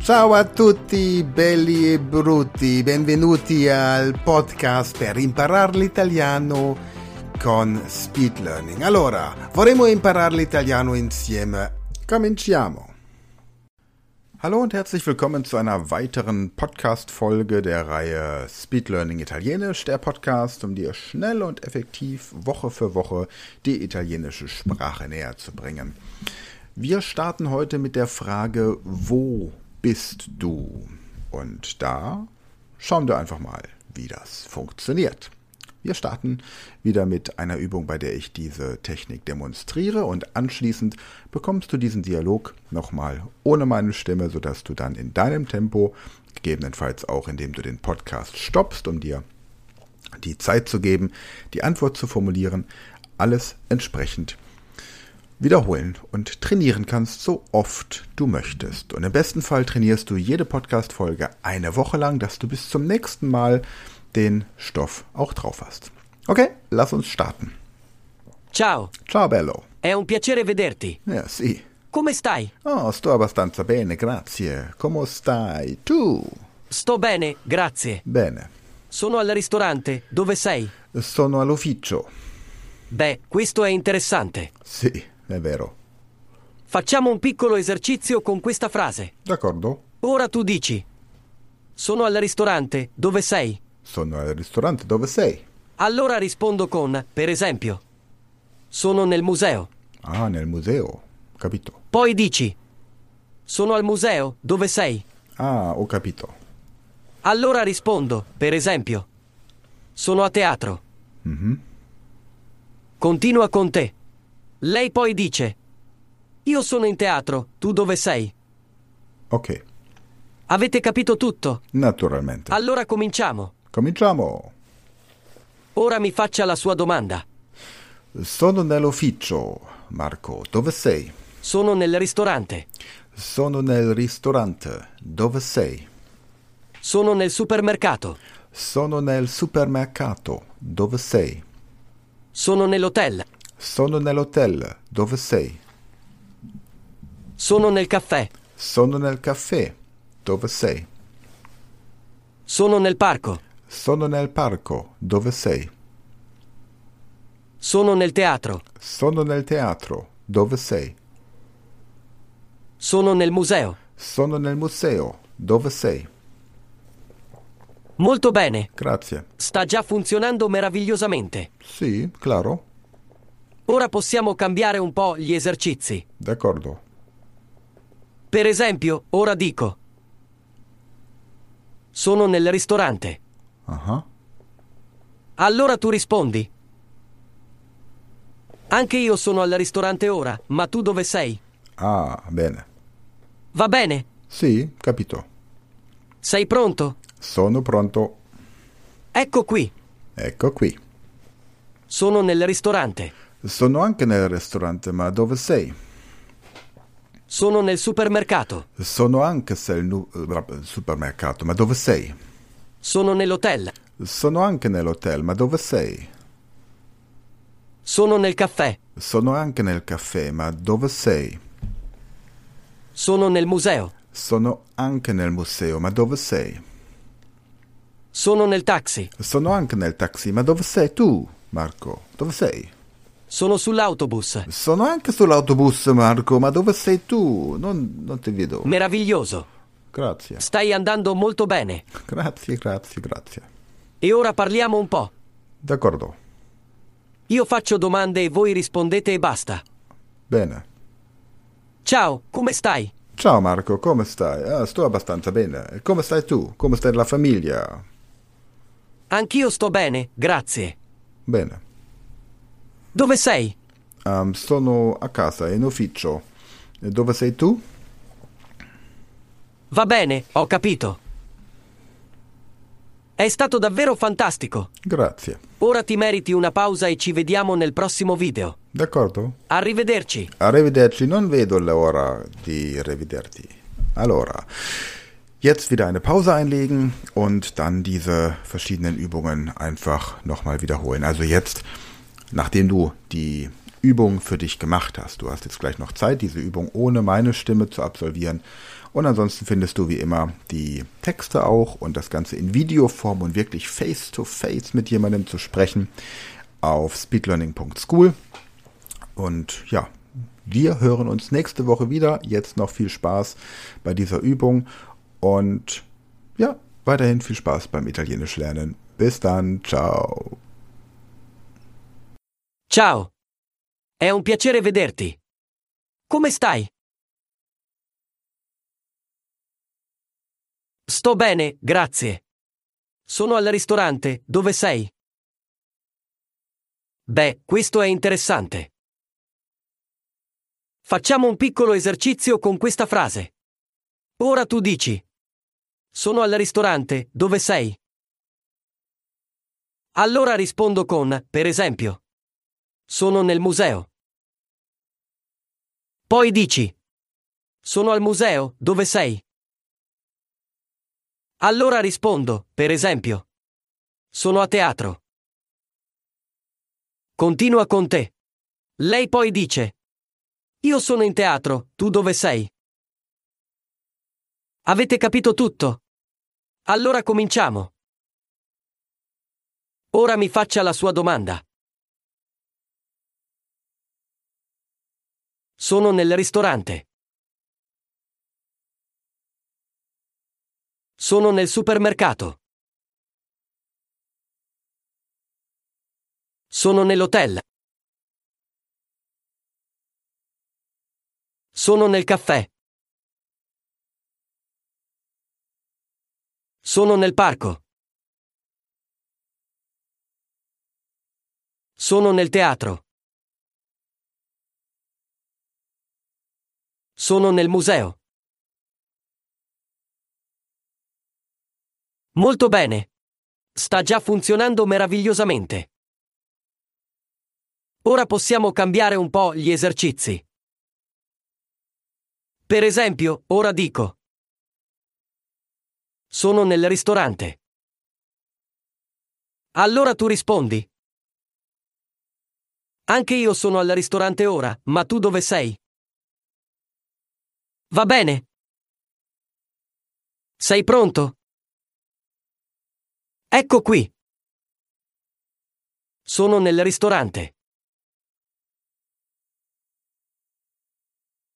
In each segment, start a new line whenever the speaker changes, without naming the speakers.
Ciao a tutti belli e brutti, benvenuti al podcast per imparare l'italiano con Speed Learning. Allora, vorremmo imparare l'italiano insieme. Cominciamo. Hallo und herzlich willkommen zu einer weiteren Podcast-Folge der Reihe Speed Learning Italienisch, der Podcast, um dir schnell und effektiv Woche für Woche die italienische Sprache näher zu bringen. Wir starten heute mit der Frage, wo bist du? Und da schauen wir einfach mal, wie das funktioniert. Wir starten wieder mit einer Übung, bei der ich diese Technik demonstriere und anschließend bekommst du diesen Dialog nochmal ohne meine Stimme, sodass du dann in deinem Tempo, gegebenenfalls auch indem du den Podcast stoppst, um dir die Zeit zu geben, die Antwort zu formulieren, alles entsprechend wiederholen und trainieren kannst, so oft du möchtest. Und im besten Fall trainierst du jede Podcast-Folge eine Woche lang, dass du bis zum nächsten Mal den Stoff auch drauf hast. Okay, lass uns starten.
Ciao,
Ciao bello.
è un piacere vederti.
Ja, sì.
Come stai?
Oh, sto abbastanza bene, grazie. Come stai tu?
Sto bene, grazie.
Bene.
Sono al ristorante. Dove sei?
Sono all'ufficio.
Beh, questo è interessante.
Sì, è vero.
Facciamo un piccolo esercizio con questa frase.
D'accordo?
Ora tu dici. Sono al ristorante. Dove sei?
Sono al ristorante dove sei?
Allora rispondo con, per esempio. Sono nel museo.
Ah, nel museo. Capito.
Poi dici. Sono al museo. Dove sei?
Ah, ho capito.
Allora rispondo, per esempio. Sono a teatro. Continua con te. Lei poi dice. Io sono in teatro, tu dove sei?
Ok,
Avete capito tutto?
naturalmente.
Allora cominciamo.
Cominciamo.
Ora mi faccia la sua domanda.
Sono nell'ufficio, Marco. Dove sei?
Sono nel ristorante.
Sono nel ristorante. Dove sei?
Sono nel supermercato.
Sono nel supermercato. Dove sei?
Sono nell'hotel.
Sono nell'hotel. Dove sei?
Sono nel caffè.
Sono nel caffè. Dove sei?
Sono nel parco.
Sono nel parco. Dove sei?
Sono nel teatro.
Sono nel teatro. Dove sei?
Sono nel museo.
Sono nel museo. Dove sei?
Molto bene.
Grazie.
Sta già funzionando meravigliosamente.
Sì, claro.
Ora possiamo cambiare un po' gli esercizi.
D'accordo.
Per esempio, ora dico. Sono nel ristorante.
Ah,
Allora tu rispondi. Anche io sono al ristorante ora, ma tu dove sei?
Ah, bene.
Va bene?
Sì, capito.
Sei pronto?
Sono pronto.
Ecco qui.
Ecco qui.
Sono nel ristorante.
Sono anche nel ristorante, ma dove sei?
Sono nel supermercato.
Sono anche nel nu- eh, supermercato, ma dove sei?
Sono nell'hotel.
Sono anche nell'hotel, ma dove sei?
Sono nel caffè.
Sono anche nel caffè, ma dove sei?
Sono nel museo.
Sono anche nel museo, ma dove sei?
Sono nel taxi.
Sono anche nel taxi, ma dove sei tu, Marco? Dove sei?
Sono sull'autobus.
Sono anche sull'autobus, Marco, ma dove sei tu? Non, non ti vedo.
Meraviglioso.
Grazie.
Stai andando molto bene.
Grazie, grazie, grazie.
E ora parliamo un po'.
D'accordo.
Io faccio domande e voi rispondete e basta.
Bene.
Ciao, come stai?
Ciao Marco, come stai? Ah, sto abbastanza bene. Come stai tu? Come stai la famiglia?
Anch'io sto bene, grazie.
Bene.
Dove sei?
Ehm, sono a casa, in ufficio. E Dove sei tu?
Va bene, ho capito. È stato davvero fantastico.
Grazie.
Ora ti meriti una pausa e ci vediamo nel prossimo video.
D'accordo?
Arrivederci.
Arrivederci, non vedo l'ora di rivederti. Allora, jetzt wieder eine Pause einlegen und dann diese verschiedenen Übungen einfach nochmal wiederholen. Also jetzt, nachdem du die Übung für dich gemacht hast. Du hast jetzt gleich noch Zeit, diese Übung ohne meine Stimme zu absolvieren. Und ansonsten findest du wie immer die Texte auch und das Ganze in Videoform und wirklich face-to-face -face mit jemandem zu sprechen auf speedlearning.school. Und ja, wir hören uns nächste Woche wieder. Jetzt noch viel Spaß bei dieser Übung und ja, weiterhin viel Spaß beim Italienisch lernen. Bis dann, ciao.
Ciao. È un piacere vederti. Come stai? Sto bene, grazie. Sono al ristorante, dove sei? Beh, questo è interessante. Facciamo un piccolo esercizio con questa frase. Ora tu dici. Sono al ristorante, dove sei? Allora rispondo con, per esempio. Sono nel museo. Poi dici. Sono al museo, dove sei? Allora rispondo, per esempio. Sono a teatro. Continua con te. Lei poi dice. Io sono in teatro, tu dove sei? Avete capito tutto? Allora cominciamo. Ora mi faccia la sua domanda. Sono nel ristorante. Sono nel supermercato. Sono nell'hotel. Sono nel caffè. Sono nel parco. Sono nel teatro. Sono nel museo. Molto bene. Sta già funzionando meravigliosamente. Ora possiamo cambiare un po' gli esercizi. Per esempio, ora dico. Sono nel ristorante. Allora tu rispondi. Anche io sono al ristorante ora, ma tu dove sei? Va bene. Sei pronto? Ecco qui. Sono nel ristorante.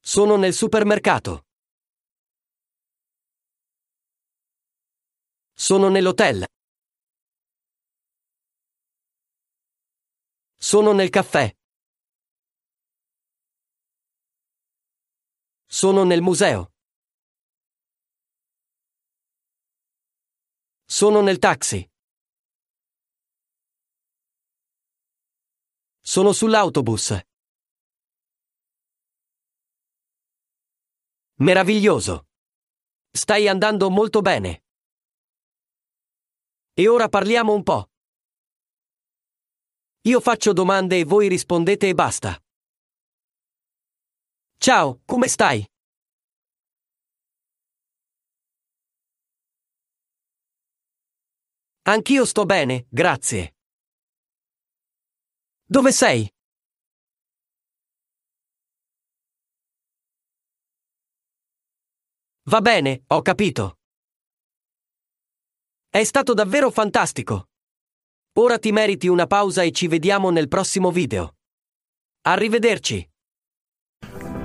Sono nel supermercato. Sono nell'hotel. Sono nel caffè. Sono nel museo. Sono nel taxi. Sono sull'autobus. Meraviglioso. Stai andando molto bene. E ora parliamo un po'. Io faccio domande e voi rispondete e basta. Ciao, come stai? Anch'io sto bene, grazie. Dove sei? Va bene, ho capito. È stato davvero fantastico. Ora ti meriti una pausa e ci vediamo nel prossimo video. Arrivederci.